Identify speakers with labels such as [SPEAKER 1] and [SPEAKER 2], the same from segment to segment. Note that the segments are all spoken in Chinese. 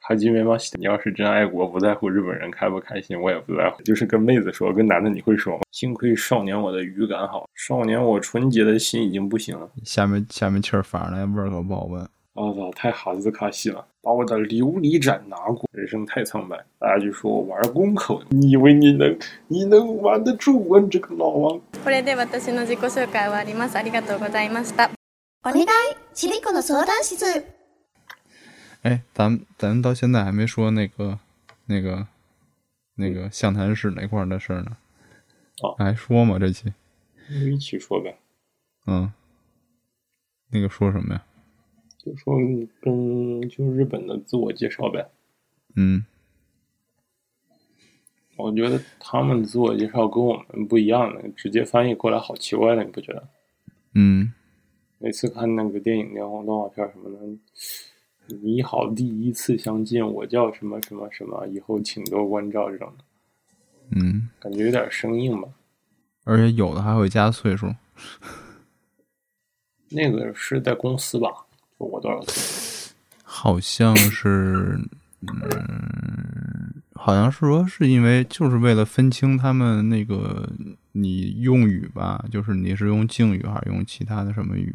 [SPEAKER 1] はじめまして。你要是真爱国，不在乎日本人开不开心，我也不在乎。就是跟妹子说，跟男的你会说吗？幸亏少年我的语感好，少年我纯洁的心已经不行了。
[SPEAKER 2] 下面下面气儿反而来味儿可不好问。
[SPEAKER 1] 我操，太哈兹卡西了！把我的琉璃盏拿过，人生太苍白。大家就说我玩公口，你以为你能，你能玩得住啊我？你这个老王！
[SPEAKER 3] これで私の自己紹介終わります。ありがとうございました。
[SPEAKER 4] お願いちびっこの相談室
[SPEAKER 2] 哎，咱们咱们到现在还没说那个那个那个相谈室那块儿的事儿呢。
[SPEAKER 1] 哦
[SPEAKER 2] 还说吗？这期？
[SPEAKER 1] 一起说呗，
[SPEAKER 2] 嗯，那个说什么呀？
[SPEAKER 1] 就说跟就日本的自我介绍呗。
[SPEAKER 2] 嗯，
[SPEAKER 1] 我觉得他们自我介绍跟我们不一样的，直接翻译过来好奇怪呢，你不觉得？
[SPEAKER 2] 嗯，
[SPEAKER 1] 每次看那个电影、连环动画片什么的，你好，第一次相见，我叫什么什么什么，以后请多关照这种的，
[SPEAKER 2] 嗯，
[SPEAKER 1] 感觉有点生硬吧。
[SPEAKER 2] 而且有的还会加岁数。
[SPEAKER 1] 那个是在公司吧？就我多少岁？
[SPEAKER 2] 好像是，嗯，好像是说是因为就是为了分清他们那个你用语吧，就是你是用敬语还是用其他的什么语，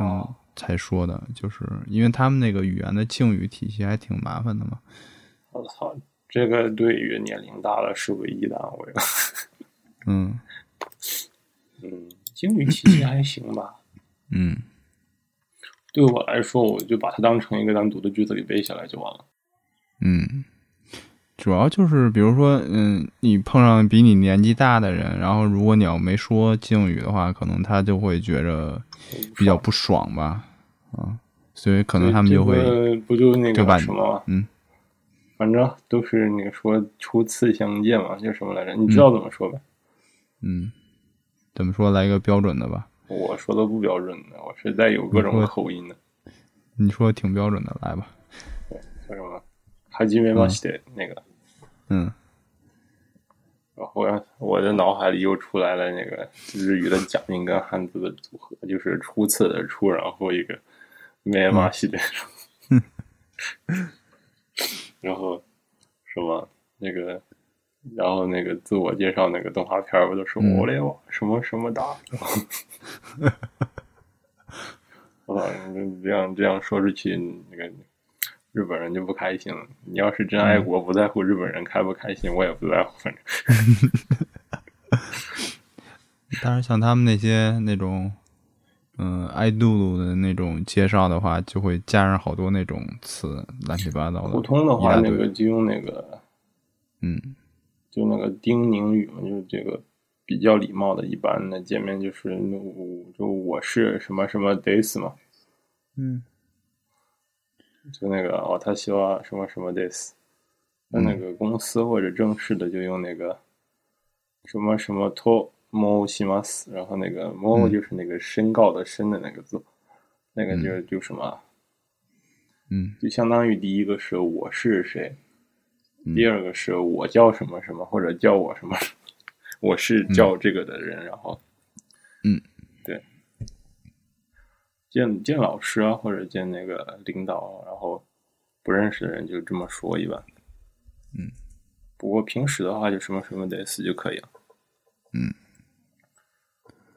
[SPEAKER 2] 嗯
[SPEAKER 1] 啊，，
[SPEAKER 2] 才说的，就是因为他们那个语言的敬语体系还挺麻烦的嘛。
[SPEAKER 1] 我操，这个对于年龄大了是唯一的安慰了。
[SPEAKER 2] 嗯
[SPEAKER 1] 嗯，英语体系还行吧。
[SPEAKER 2] 嗯，
[SPEAKER 1] 对我来说，我就把它当成一个单独的句子给背下来就完了。
[SPEAKER 2] 嗯，主要就是比如说，嗯，你碰上比你年纪大的人，然后如果你要没说敬语的话，可能他就会觉着比较不爽吧，啊，所以可能他们就会，
[SPEAKER 1] 这个不就那
[SPEAKER 2] 对吧
[SPEAKER 1] 个什么吗？
[SPEAKER 2] 嗯，
[SPEAKER 1] 反正都是那个说初次相见嘛，叫什么来着？你知道怎么说呗？
[SPEAKER 2] 嗯，怎么说来一个标准的吧？
[SPEAKER 1] 我说的不标准的，我是带有各
[SPEAKER 2] 你
[SPEAKER 1] 种
[SPEAKER 2] 说
[SPEAKER 1] 口音的。
[SPEAKER 2] 你说挺标准的，来吧，
[SPEAKER 1] 叫什么？哈基梅马西的那个。
[SPEAKER 2] 嗯
[SPEAKER 1] 然后我的脑海里又出来了那个日语的假音跟汉字的组合，就是初次的初，然后一个梅马西的， 然后什么那个，然后那个自我介绍那个动画片儿不都是
[SPEAKER 2] 嗯
[SPEAKER 1] 我嘞我什么什 么哒，然后我操，你这样这样说出去，那个日本人就不开心了。你要是真爱国，不在乎日本人开不开心，我也不在乎，反正。
[SPEAKER 2] 但是像他们那些那种，嗯、爱露露的那种介绍的话，就会加上好多那种词，乱七八糟的，
[SPEAKER 1] 普通的
[SPEAKER 2] 一
[SPEAKER 1] 话，
[SPEAKER 2] 大
[SPEAKER 1] 那
[SPEAKER 2] 堆
[SPEAKER 1] 个就用那个
[SPEAKER 2] 嗯
[SPEAKER 1] 就那个丁宁语嘛，就是这个比较礼貌的，一般的见面就是那我就我是什么什么 this 嘛，
[SPEAKER 2] 嗯
[SPEAKER 1] 就那个哦，他希望什么什么 this。那
[SPEAKER 2] 嗯
[SPEAKER 1] 那个公司或者正式的就用那个什么什么 to mo s m a s 然后那个 mo
[SPEAKER 2] 嗯
[SPEAKER 1] 就是那个申告的申的那个字，那个就就什么，
[SPEAKER 2] 嗯
[SPEAKER 1] 就相当于第一个是我是谁，
[SPEAKER 2] 嗯
[SPEAKER 1] 第二个是我叫什么什么，或者叫我什么 什么，我是叫这个的人，然后，
[SPEAKER 2] 嗯，
[SPEAKER 1] 对，见见老师啊，或者见那个领导啊，然后不认识的人就这么说一般，
[SPEAKER 2] 嗯，
[SPEAKER 1] 不过平时的话就什么什么得死就可以了，
[SPEAKER 2] 嗯，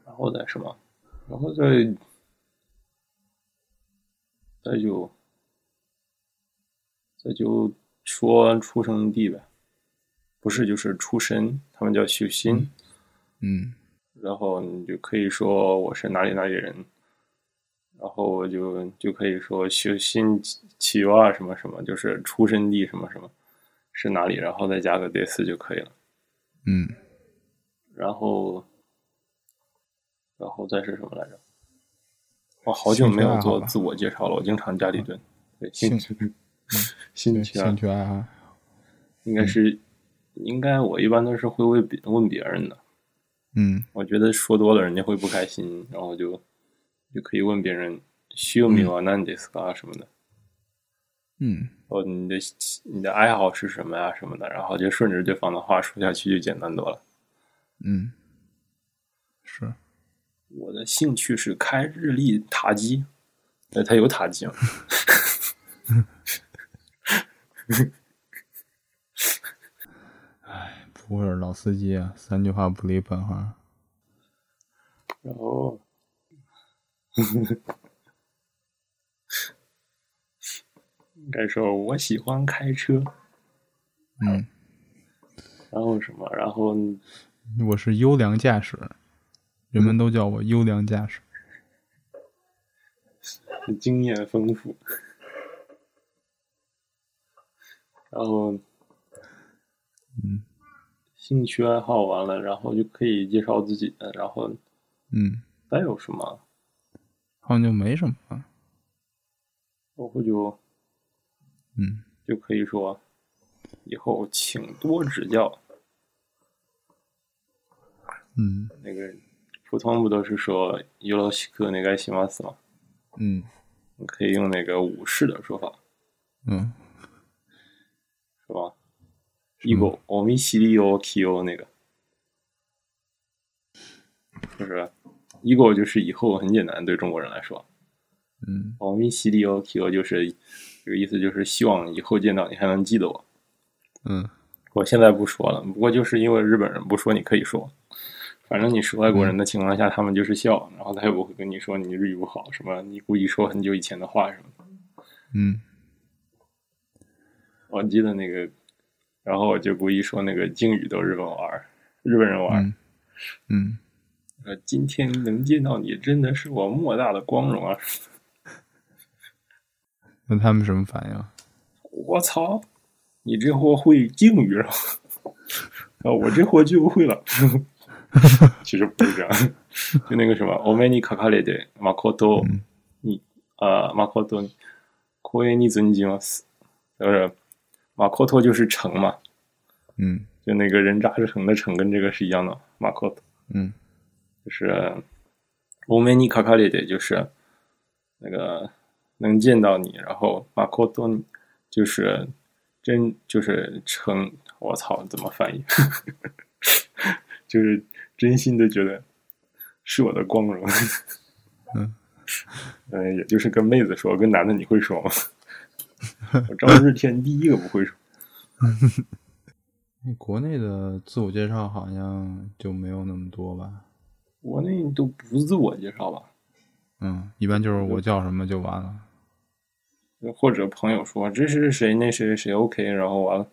[SPEAKER 1] 然后再什么，然后再再就再就说出生地呗，不是就是出身，他们叫秀心。
[SPEAKER 2] 嗯
[SPEAKER 1] 然后你就可以说我是哪里哪里人，然后我就就可以说修新起哇什么什么，就是出生地什么什么是哪里，然后再加个 this 就可以了。
[SPEAKER 2] 嗯
[SPEAKER 1] 然后，然后再是什么来着？我好久
[SPEAKER 2] 兴趣
[SPEAKER 1] 没有
[SPEAKER 2] 爱好
[SPEAKER 1] 做
[SPEAKER 2] 吧嗯
[SPEAKER 1] 自我介绍了，我经常家里蹲。对，
[SPEAKER 2] 兴
[SPEAKER 1] 兴趣，兴
[SPEAKER 2] 对
[SPEAKER 1] 趣啊
[SPEAKER 2] 兴，趣爱好，
[SPEAKER 1] 应该是，应该我一般都是会问别问别人的。
[SPEAKER 2] 嗯
[SPEAKER 1] 我觉得说多了人家会不开心，然后就就可以问别人“需要米は何ですか”啊什么的，
[SPEAKER 2] 嗯
[SPEAKER 1] 哦，你的你的爱好是什么呀、什么的，然后就顺着对方的话说下去就简单多了。
[SPEAKER 2] 嗯，是，
[SPEAKER 1] 我的兴趣是开日历塔机，哎，他有塔机吗？
[SPEAKER 2] 不愧是老司机啊，三句话不离本行。
[SPEAKER 1] 然后，应 该说我喜欢开车，
[SPEAKER 2] 嗯，
[SPEAKER 1] 然后什么，然后
[SPEAKER 2] 我是优良驾驶，人
[SPEAKER 1] 嗯
[SPEAKER 2] 们都叫我优良驾驶。
[SPEAKER 1] 经验丰富，然后
[SPEAKER 2] 嗯
[SPEAKER 1] 兴趣爱好完了，然后就可以介绍自己，然后
[SPEAKER 2] 嗯，
[SPEAKER 1] 再有什么，
[SPEAKER 2] 好像就没什么了。
[SPEAKER 1] 包括就
[SPEAKER 2] 嗯，
[SPEAKER 1] 就可以说，以后请多指教。
[SPEAKER 2] 嗯
[SPEAKER 1] 那个普通不都是说“よろしくお願いします”吗？
[SPEAKER 2] 嗯
[SPEAKER 1] 你可以用那个武士的说法，
[SPEAKER 2] 嗯，
[SPEAKER 1] 是吧？
[SPEAKER 2] 嗯
[SPEAKER 1] 一个お見知りをきよ那个，就是一个就是以后很简单，对中国人来说，
[SPEAKER 2] 嗯
[SPEAKER 1] お見知りをきよ就是这个意思，就是希望以后见到你还能记得我。
[SPEAKER 2] 嗯
[SPEAKER 1] 我现在不说了，不过就是因为日本人不说，你可以说。反正你是外国人的情况下，他们就是笑，然后他也不会跟你说你日语不好，什么你故意说很久以前的话什么的。
[SPEAKER 2] 嗯
[SPEAKER 1] 我记得那个，然后我就故意说那个敬语都日本玩儿，日本人玩儿。
[SPEAKER 2] 嗯嗯，
[SPEAKER 1] 呃，今天能见到你，真的是我莫大的光荣啊！
[SPEAKER 2] 那他们什么反应？
[SPEAKER 1] 我操，你这货会敬语了？ 啊，我这货就不会了。 其实不是这样，就那个什么，お目にかかれて誠に啊、誠に声に存じます，就是誠就是诚嘛，
[SPEAKER 2] 嗯
[SPEAKER 1] 就那个人渣之城的城跟这个是一样的，马可
[SPEAKER 2] 嗯
[SPEAKER 1] 就是欧美尼卡卡列的，就是那个能见到你，然后马可多尼就是真就是诚，我操，怎么翻译？ 就是真心的觉得是我的光荣。
[SPEAKER 2] 嗯，
[SPEAKER 1] 呃，也就是跟妹子说，跟男的你会说吗？ 我朝日天第一个不会说。
[SPEAKER 2] 那国内的自我介绍好像就没有那么多吧。
[SPEAKER 1] 国内都不自我介绍吧？
[SPEAKER 2] 嗯，一般就是我叫什么就完了。
[SPEAKER 1] 或者朋友说这是谁那谁谁 OK，然后完了，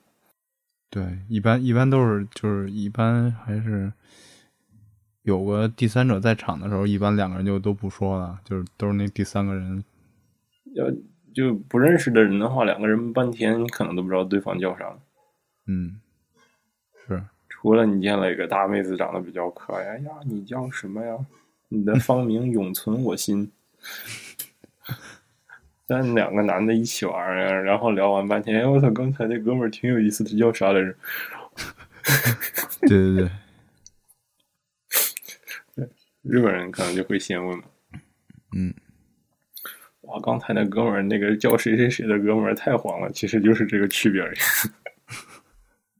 [SPEAKER 2] 对，一般一般都是就是一般还是有个第三者在场的时候，一般两个人就都不说了，就是都是那第三个人。
[SPEAKER 1] 要就不认识的人的话，两个人半天可能都不知道对方叫啥，
[SPEAKER 2] 嗯，是，
[SPEAKER 1] 除了你见了一个大妹子长得比较可爱，哎呀，你叫什么呀？你的芳名永存我心。但两个男的一起玩儿，然后聊完半天，哎，我操，刚才那哥们儿挺有意思的，他叫啥来着？
[SPEAKER 2] 对对对，
[SPEAKER 1] 日本人可能就会先问嘛，
[SPEAKER 2] 嗯，
[SPEAKER 1] 哇，刚才那哥们儿，那个叫谁谁谁的哥们儿太黄了，其实就是这个区别而已。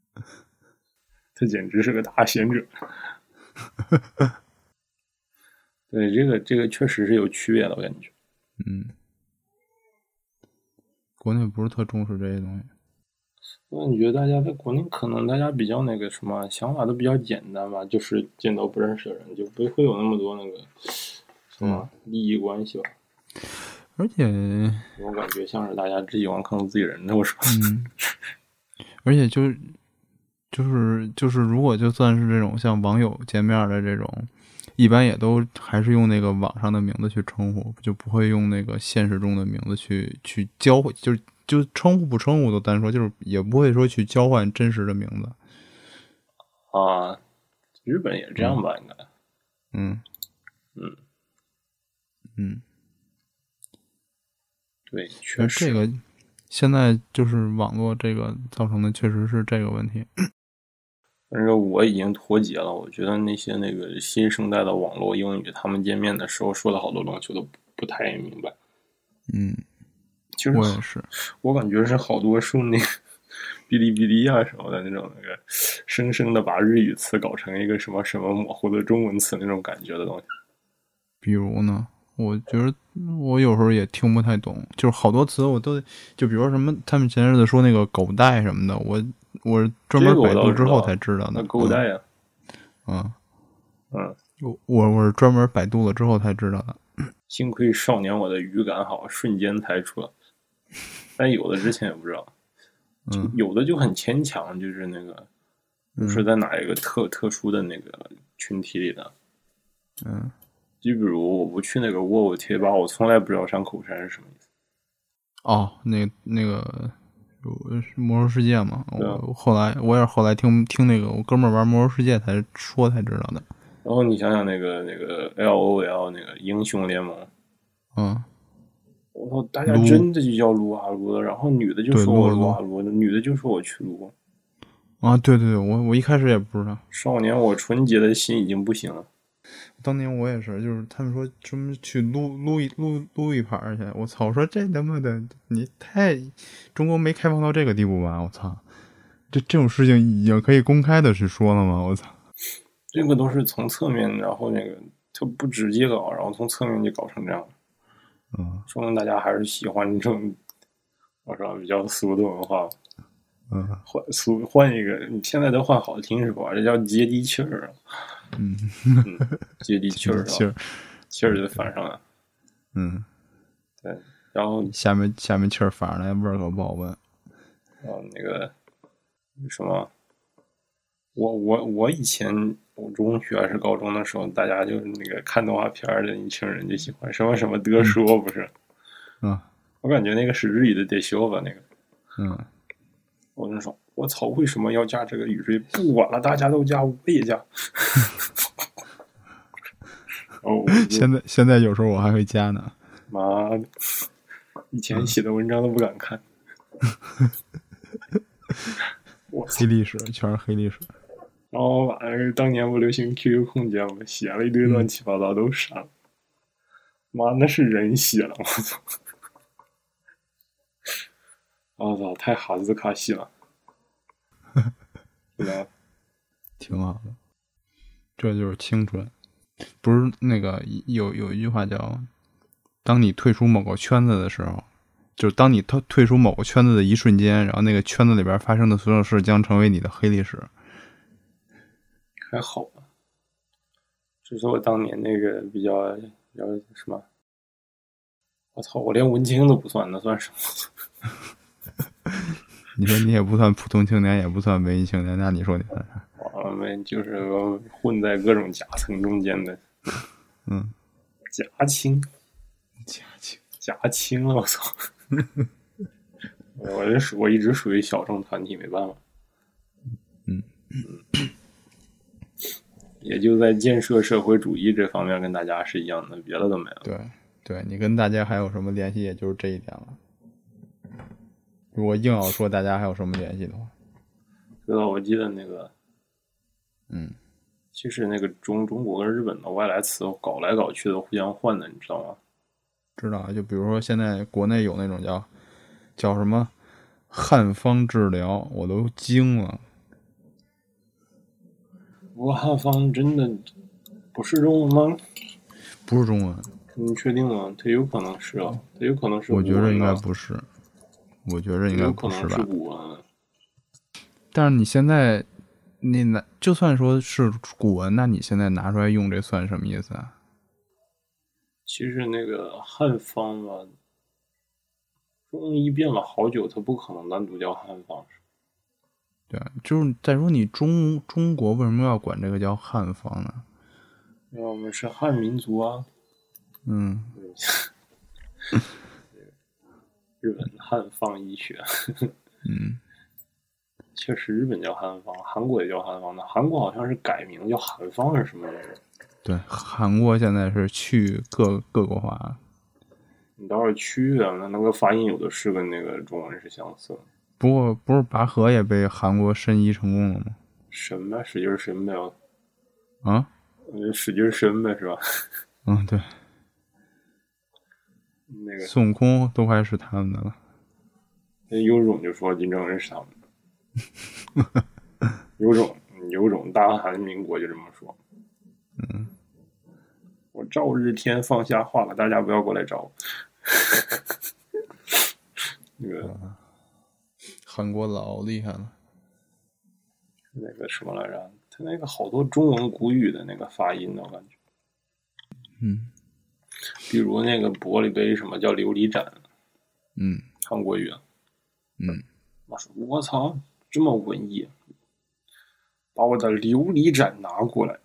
[SPEAKER 1] 他简直是个大贤者。对，这个这个确实是有区别的，我感觉。
[SPEAKER 2] 嗯，国内不是特重视这些东西。
[SPEAKER 1] 我感觉大家在国内可能大家比较那个什么想法都比较简单吧，就是见到不认识的人就不会有那么多那个什么利益关系吧。
[SPEAKER 2] 而且，
[SPEAKER 1] 我感觉像是大家自己往坑自己人的，我说。
[SPEAKER 2] 嗯， 而且就是就是就是，如果就算是这种像网友见面的这种，一般也都还是用那个网上的名字去称呼，就不会用那个现实中的名字去去交换，就是就称呼不称呼都单说，就是也不会说去交换真实的名字。
[SPEAKER 1] 啊，日本也这样吧，应该。
[SPEAKER 2] 嗯
[SPEAKER 1] 嗯
[SPEAKER 2] 嗯，
[SPEAKER 1] 对，确
[SPEAKER 2] 但
[SPEAKER 1] 实。
[SPEAKER 2] 这个现在就是网络这个造成的，确实是这个问题。
[SPEAKER 1] 但是我已经脱节了。我觉得那些那个新生代的网络英语，他们见面的时候说的好多东西，我都不不太明白。
[SPEAKER 2] 嗯，
[SPEAKER 1] 其实
[SPEAKER 2] 我也是。
[SPEAKER 1] 我感觉是好多受那个哔哩哔哩啊什么的那种那个，生生的把日语词搞成一个什么什么模糊的中文词那种感觉的东西。
[SPEAKER 2] 比如呢，我觉得我有时候也听不太懂，就是好多词我都就比如说什么，他们前阵子说那个狗带什么的，我我是专门
[SPEAKER 1] 这个我
[SPEAKER 2] 百
[SPEAKER 1] 倒
[SPEAKER 2] 度
[SPEAKER 1] 知
[SPEAKER 2] 之后
[SPEAKER 1] 道
[SPEAKER 2] 才知道的。
[SPEAKER 1] 那啊狗带呀，
[SPEAKER 2] 嗯，
[SPEAKER 1] 嗯，
[SPEAKER 2] 我我我是专门百度了之后才知道的。
[SPEAKER 1] 幸亏少年我的语感好，瞬间猜出了，但有的之前也不知道，
[SPEAKER 2] 嗯
[SPEAKER 1] 有的就很牵强，就是那个，
[SPEAKER 2] 嗯
[SPEAKER 1] 是在哪一个特特殊的那个群体里的，
[SPEAKER 2] 嗯，
[SPEAKER 1] 就比如我不去那个沃沃贴吧，我从来不知道山口山是什么意思，
[SPEAKER 2] 哦，那个那个我是魔兽世界嘛，
[SPEAKER 1] 对啊
[SPEAKER 2] 我我后来我也是后来听听那个我哥们儿玩魔兽世界才说才知道的。
[SPEAKER 1] 然后你想想那个那个 L O L 那个英雄联盟，
[SPEAKER 2] 嗯，
[SPEAKER 1] 我操，大家
[SPEAKER 2] 撸
[SPEAKER 1] 真的就叫撸啊撸的，然后女的就
[SPEAKER 2] 嗯对
[SPEAKER 1] 说
[SPEAKER 2] 撸
[SPEAKER 1] 我
[SPEAKER 2] 啊撸
[SPEAKER 1] 撸啊撸的，女的就说我去撸，
[SPEAKER 2] 啊，对对对，我我一开始也不知道。
[SPEAKER 1] 少年我纯洁的心已经不行了。
[SPEAKER 2] 当年我也是，就是他们说什么去撸撸一撸撸一盘儿去，我操！我说这他妈的你太中国没开放到这个地步吧？我操！这这种事情已经可以公开的去说了吗？我操！
[SPEAKER 1] 这个都是从侧面，然后那个他不直接搞，然后从侧面就搞成这样，
[SPEAKER 2] 嗯
[SPEAKER 1] 说明大家还是喜欢这种，我说比较俗的文化。
[SPEAKER 2] 嗯
[SPEAKER 1] 换俗换一个，你现在都换好听是吧？这叫接地气儿啊，
[SPEAKER 2] 嗯，
[SPEAKER 1] 接地气 儿啊，
[SPEAKER 2] 气儿，
[SPEAKER 1] 气儿就反上了。
[SPEAKER 2] 嗯，
[SPEAKER 1] 对，然后
[SPEAKER 2] 下面下面气儿反上来，味儿可不好闻。
[SPEAKER 1] 然后呃那个什么，我我我以前我中学还是高中的时候，大家就是那个看动画片儿的一群人就喜欢什么什么的说，不是？
[SPEAKER 2] 嗯
[SPEAKER 1] 我感觉那个是日语的得修吧，那个
[SPEAKER 2] 嗯，
[SPEAKER 1] 我就说，我操，为什么要加这个语缀？不管了，大家都加，我也加。哦，我就
[SPEAKER 2] 现在现在有时候我还会加呢。
[SPEAKER 1] 妈的，以前写的文章都不敢 看。我操！
[SPEAKER 2] 黑历史全是黑历史。
[SPEAKER 1] 然后把那个当年不流行 QQ 空间嘛，写了一堆乱七八糟都删了。妈，那是人写 了，我操！我操，太哈兹卡西了。对吧？
[SPEAKER 2] 挺好的，这就是青春。不是那个有有一句话叫“当你退出某个圈子的时候，就是当你退退出某个圈子的一瞬间，然后那个圈子里边发生的所有事将成为你的黑历史。
[SPEAKER 1] 还好吧，这是我当年那个比较比较什么，我操，我连文青都不算，那算什么？
[SPEAKER 2] 你说你也不算普通青年，也不算文艺青年，那你说你算啥？
[SPEAKER 1] 我们就是个混在各种夹层中间的
[SPEAKER 2] 嗯，
[SPEAKER 1] 夹青，
[SPEAKER 2] 假青，
[SPEAKER 1] 夹青了，我操！我这属我一直属于小众团体，没办法。
[SPEAKER 2] 嗯
[SPEAKER 1] 也就在建设社会主义这方面跟大家是一样的，别的都没有。
[SPEAKER 2] 对对，你跟大家还有什么联系？也就是这一点了。如果硬要说大家还有什么联系的话，
[SPEAKER 1] 知道我记得那个
[SPEAKER 2] 嗯
[SPEAKER 1] 其实那个中中国跟日本的外来词搞来搞去的互相换的，你知道吗？
[SPEAKER 2] 知道啊，就比如说现在国内有那种叫叫什么汉方治疗，我都惊了。
[SPEAKER 1] 不过汉方真的不是中文吗？
[SPEAKER 2] 不是中文，
[SPEAKER 1] 你确定吗？它有可能是啊，它有可能是
[SPEAKER 2] 我觉着应
[SPEAKER 1] 古
[SPEAKER 2] 该
[SPEAKER 1] 文啊，
[SPEAKER 2] 不是，我觉着应该
[SPEAKER 1] 有可
[SPEAKER 2] 不是
[SPEAKER 1] 能
[SPEAKER 2] 吧
[SPEAKER 1] 是？古文。
[SPEAKER 2] 但是你现在你拿就算说是古文，那你现在拿出来用，这算什么意思啊？
[SPEAKER 1] 其实那个汉方吧，中医变了好久，它不可能单独叫汉方。
[SPEAKER 2] 对啊，就是再说你中中国为什么要管这个叫汉方呢？
[SPEAKER 1] 因为我们是汉民族啊，
[SPEAKER 2] 嗯，
[SPEAKER 1] 日本汉方医学，
[SPEAKER 2] 嗯，
[SPEAKER 1] 确实日本叫汉方，韩国也叫汉方的。韩国好像是改名叫韩方还是什么来着？
[SPEAKER 2] 对，韩国现在是去各各国化，
[SPEAKER 1] 你倒是区域啊，那那个发音有的是跟那个中文是相似的。
[SPEAKER 2] 不过不是拔河也被韩国申遗成功了吗？
[SPEAKER 1] 神呗，使劲神呗，我
[SPEAKER 2] 啊，
[SPEAKER 1] 就使劲神呗，是吧？
[SPEAKER 2] 嗯，对，
[SPEAKER 1] 那个
[SPEAKER 2] 孙悟空都快是他们的了。
[SPEAKER 1] 那有种就说金正恩是他们的，有种有种，大韩民国就这么说。嗯，我照日天放下画了，大家不要过来找我。 那个
[SPEAKER 2] 韩国老厉害了，
[SPEAKER 1] 那个什么来着？他那个好多中文古语的那个发音呢，我感觉，
[SPEAKER 2] 嗯
[SPEAKER 1] 比如那个玻璃杯什么叫琉璃盏，
[SPEAKER 2] 嗯
[SPEAKER 1] 韩国语啊。
[SPEAKER 2] 嗯，
[SPEAKER 1] 我说我操，这么文艺，把我的琉璃盏拿过来。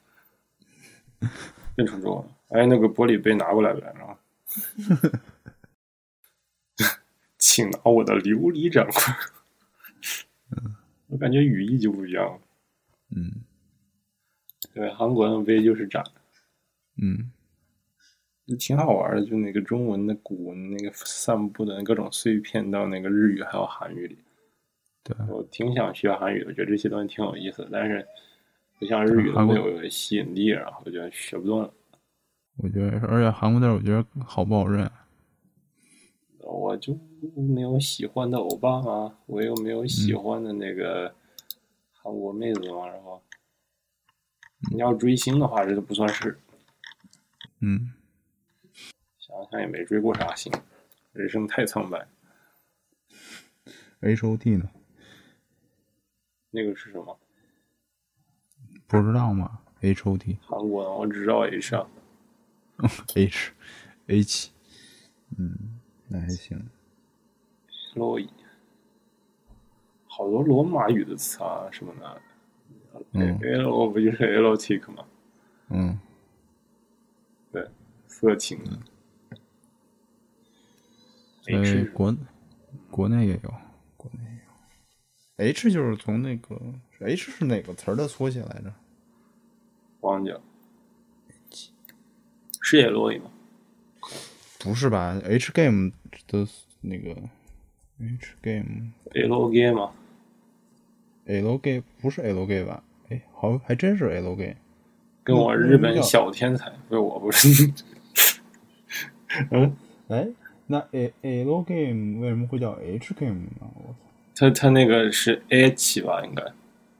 [SPEAKER 1] 变成中文，哎，那个玻璃杯拿过来呗，然后， 请拿我的琉璃盏过来。我感觉语义就不一样了。
[SPEAKER 2] 嗯
[SPEAKER 1] 对，韩国的杯就是盏，
[SPEAKER 2] 嗯
[SPEAKER 1] 就挺好玩的。就那个中文的古文那个散布的各种碎片到那个日语还有韩语里，
[SPEAKER 2] 对，
[SPEAKER 1] 我挺想学韩语的，我觉得这些东西挺有意思的，但是不像日语那
[SPEAKER 2] 韩
[SPEAKER 1] 么
[SPEAKER 2] 国
[SPEAKER 1] 有吸引力，然后我就学不动了。
[SPEAKER 2] 我觉得，而且韩国字儿我觉得好不好认啊，
[SPEAKER 1] 我就没有喜欢的欧巴嘛，我又没有
[SPEAKER 2] 嗯
[SPEAKER 1] 喜欢的那个韩国妹子嘛，然后你要追星的话，这都不算事。
[SPEAKER 2] 嗯，
[SPEAKER 1] 想想也没追过啥星，人生太苍白。
[SPEAKER 2] H O T 呢？
[SPEAKER 1] 那个是什么？
[SPEAKER 2] 不知道吗？H O T
[SPEAKER 1] 韩国的，我只知道 H 啊。
[SPEAKER 2] H H，嗯，那还行。
[SPEAKER 1] 罗伊，好多罗马语的词啊什么的。
[SPEAKER 2] 嗯
[SPEAKER 1] L 不就是 erotic 吗？
[SPEAKER 2] 嗯，
[SPEAKER 1] 对，色情的。
[SPEAKER 2] 嗯所
[SPEAKER 1] H
[SPEAKER 2] 以
[SPEAKER 1] 是
[SPEAKER 2] 国国内也有，国内也有。H 就是从那个 H 是哪个词儿的缩写来着？
[SPEAKER 1] 忘记了，是 L 吗？
[SPEAKER 2] 不是吧？H game 的那个 H game
[SPEAKER 1] L gay 吗？
[SPEAKER 2] L g a 不是 L g a 吧？哎，好，还真是 L g a
[SPEAKER 1] 跟我日本小天才，不是我不是， 嗯，
[SPEAKER 2] 哎，那 A L game 为什么会叫 H game 呢？我操，
[SPEAKER 1] 他他那个是 A 起吧，应该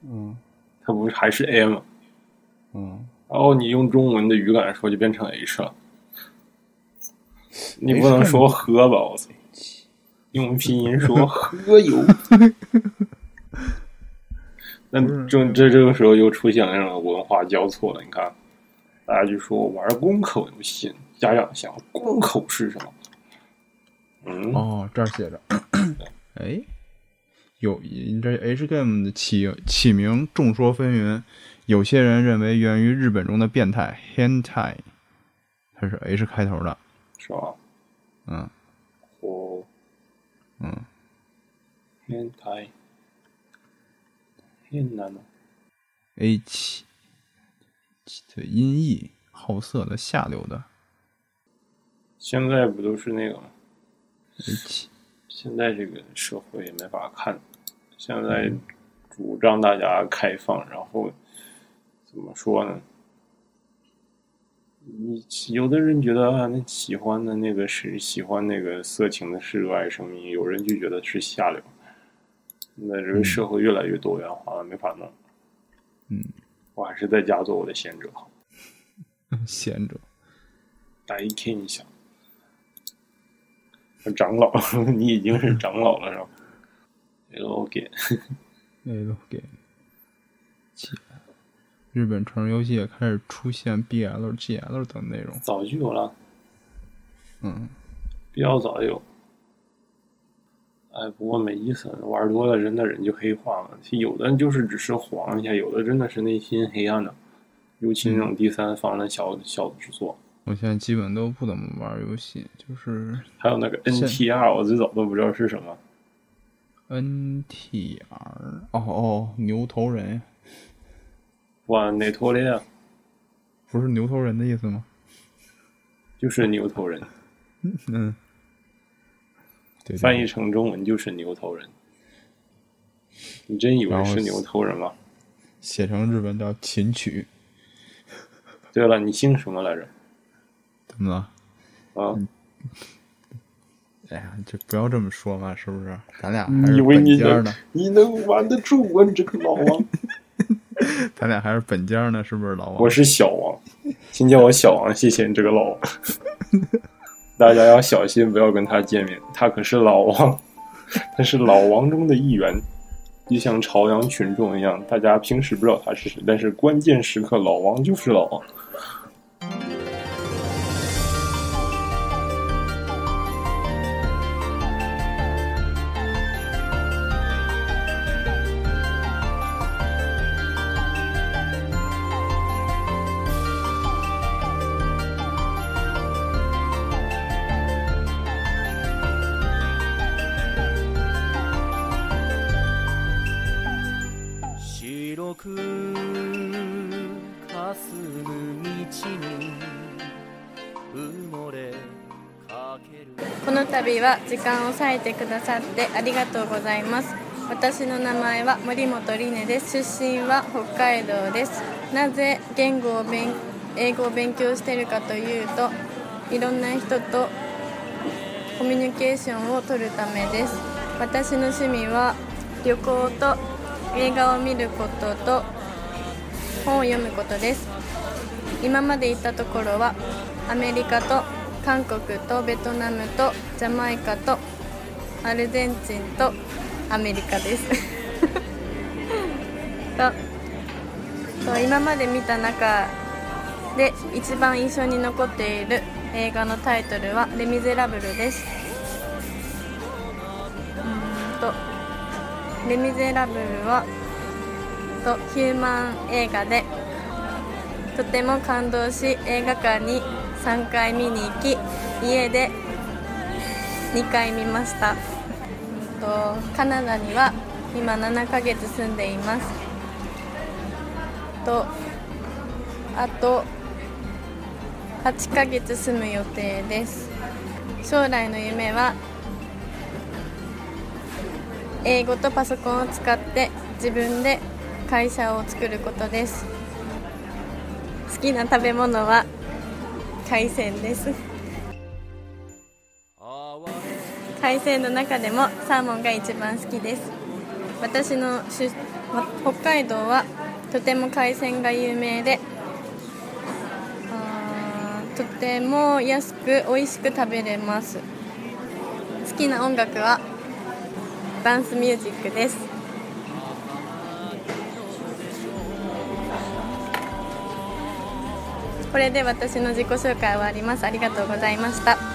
[SPEAKER 2] 嗯
[SPEAKER 1] 他不是还是 A 吗？
[SPEAKER 2] 嗯，
[SPEAKER 1] 然后你用中文的语感说就变成 H 了，你不能说喝吧，我操，用拼音说喝油。那这这这个时候又出现了那种文化交错了，你看，大家就说玩公口游戏，家长想公口是什么？嗯，
[SPEAKER 2] 哦，这儿写着，哎，有你这 H game 的起起名众说纷纭，有些人认为源于日本中的变态 hentai，它是 H 开头的，
[SPEAKER 1] 是吧？
[SPEAKER 2] 嗯
[SPEAKER 1] 哦，
[SPEAKER 2] 嗯。
[SPEAKER 1] 天台，天南吗？
[SPEAKER 2] H 的音译，好色的、下流的
[SPEAKER 1] 现在不都是那个吗？
[SPEAKER 2] H。
[SPEAKER 1] 现在这个社会也没法看，现在主张大家开放，然后怎么说呢？你有的人觉得啊，那喜欢的那个是喜欢那个色情的是热爱生命，有人就觉得是下流。那这个社会越来越多元化了，没法弄。
[SPEAKER 2] 嗯，
[SPEAKER 1] 我还是在家做我的贤者好，
[SPEAKER 2] 闲着，
[SPEAKER 1] 来 K 一下。长老， 你已经是长老了是吧？OK。
[SPEAKER 2] 哎呦给。起来日本成人游戏也开始出现 BL、GL 等内容。
[SPEAKER 1] 早就有了，
[SPEAKER 2] 嗯，
[SPEAKER 1] 比较早就有。哎，不过没意思，玩多了真的人就黑化了。其实有的就是只是晃一下，有的真的是内心黑暗的，尤其那种第三方的小小制作，
[SPEAKER 2] 我现在基本都不怎么玩游戏，就是
[SPEAKER 1] 还有那个
[SPEAKER 2] 是
[SPEAKER 1] NTR，我最早都不知道是什么。
[SPEAKER 2] NTR。哦哦，牛头人呀，
[SPEAKER 1] 哇，哪头人啊？
[SPEAKER 2] 不是牛头人的意思吗？
[SPEAKER 1] 就是牛头人，
[SPEAKER 2] 嗯，对对
[SPEAKER 1] 翻译成中文就是牛头人。你真以为
[SPEAKER 2] 然后
[SPEAKER 1] 是牛头人吗？
[SPEAKER 2] 写成日文叫琴曲，
[SPEAKER 1] 对了，你姓什么来着？
[SPEAKER 2] 怎么了？
[SPEAKER 1] 啊，
[SPEAKER 2] 嗯哎呀，就不要这么说嘛，是不是？咱俩还
[SPEAKER 1] 你
[SPEAKER 2] 是
[SPEAKER 1] 以为
[SPEAKER 2] 本
[SPEAKER 1] 你
[SPEAKER 2] 家儿
[SPEAKER 1] 能
[SPEAKER 2] 呢，
[SPEAKER 1] 你能玩得住啊 我，你这个老王？
[SPEAKER 2] 咱俩还是本家儿呢，是不是老王？
[SPEAKER 1] 我是小王，请叫我小王，谢谢你这个老王。 大家要小心，不要跟他见面，他可是老王，他是老王中的一员，就像朝阳群众一样，大家平时不知道他是谁，但是关键时刻老王就是老王。
[SPEAKER 5] 白く霞む道に埋もれかける
[SPEAKER 3] この度は時間を割いてくださってありがとうございます私の名前は森本理音です出身は北海道ですなぜ言語を勉英語を勉強しているかというといろんな人とコミュニケーションを取るためです私の趣味は旅行と映画を見ることと本を読むことです今まで行ったところはアメリカと韓国とベトナムとジャマイカとアルゼンチンとアメリカです とと今まで見た中で一番印象に残っている映画のタイトルは「レ・ミゼラブル」ですうーんと「レ・ミゼラブルは」とヒューマン映画でとても感動し映画館に3回見に行き家で2回見ましたとカナダには今7ヶ月住んでいますとあと8ヶ月住む予定です将来の夢は英語とパソコンを使って自分で会社を作ることです好きな食べ物は海鮮です海鮮の中でもサーモンが一番好きです私の出わ北海道はとても海鮮が有名であーとても安く美味しく食べれます好きな音楽はダンスミュージックですこれで私の自己紹介は終わりますありがとうございました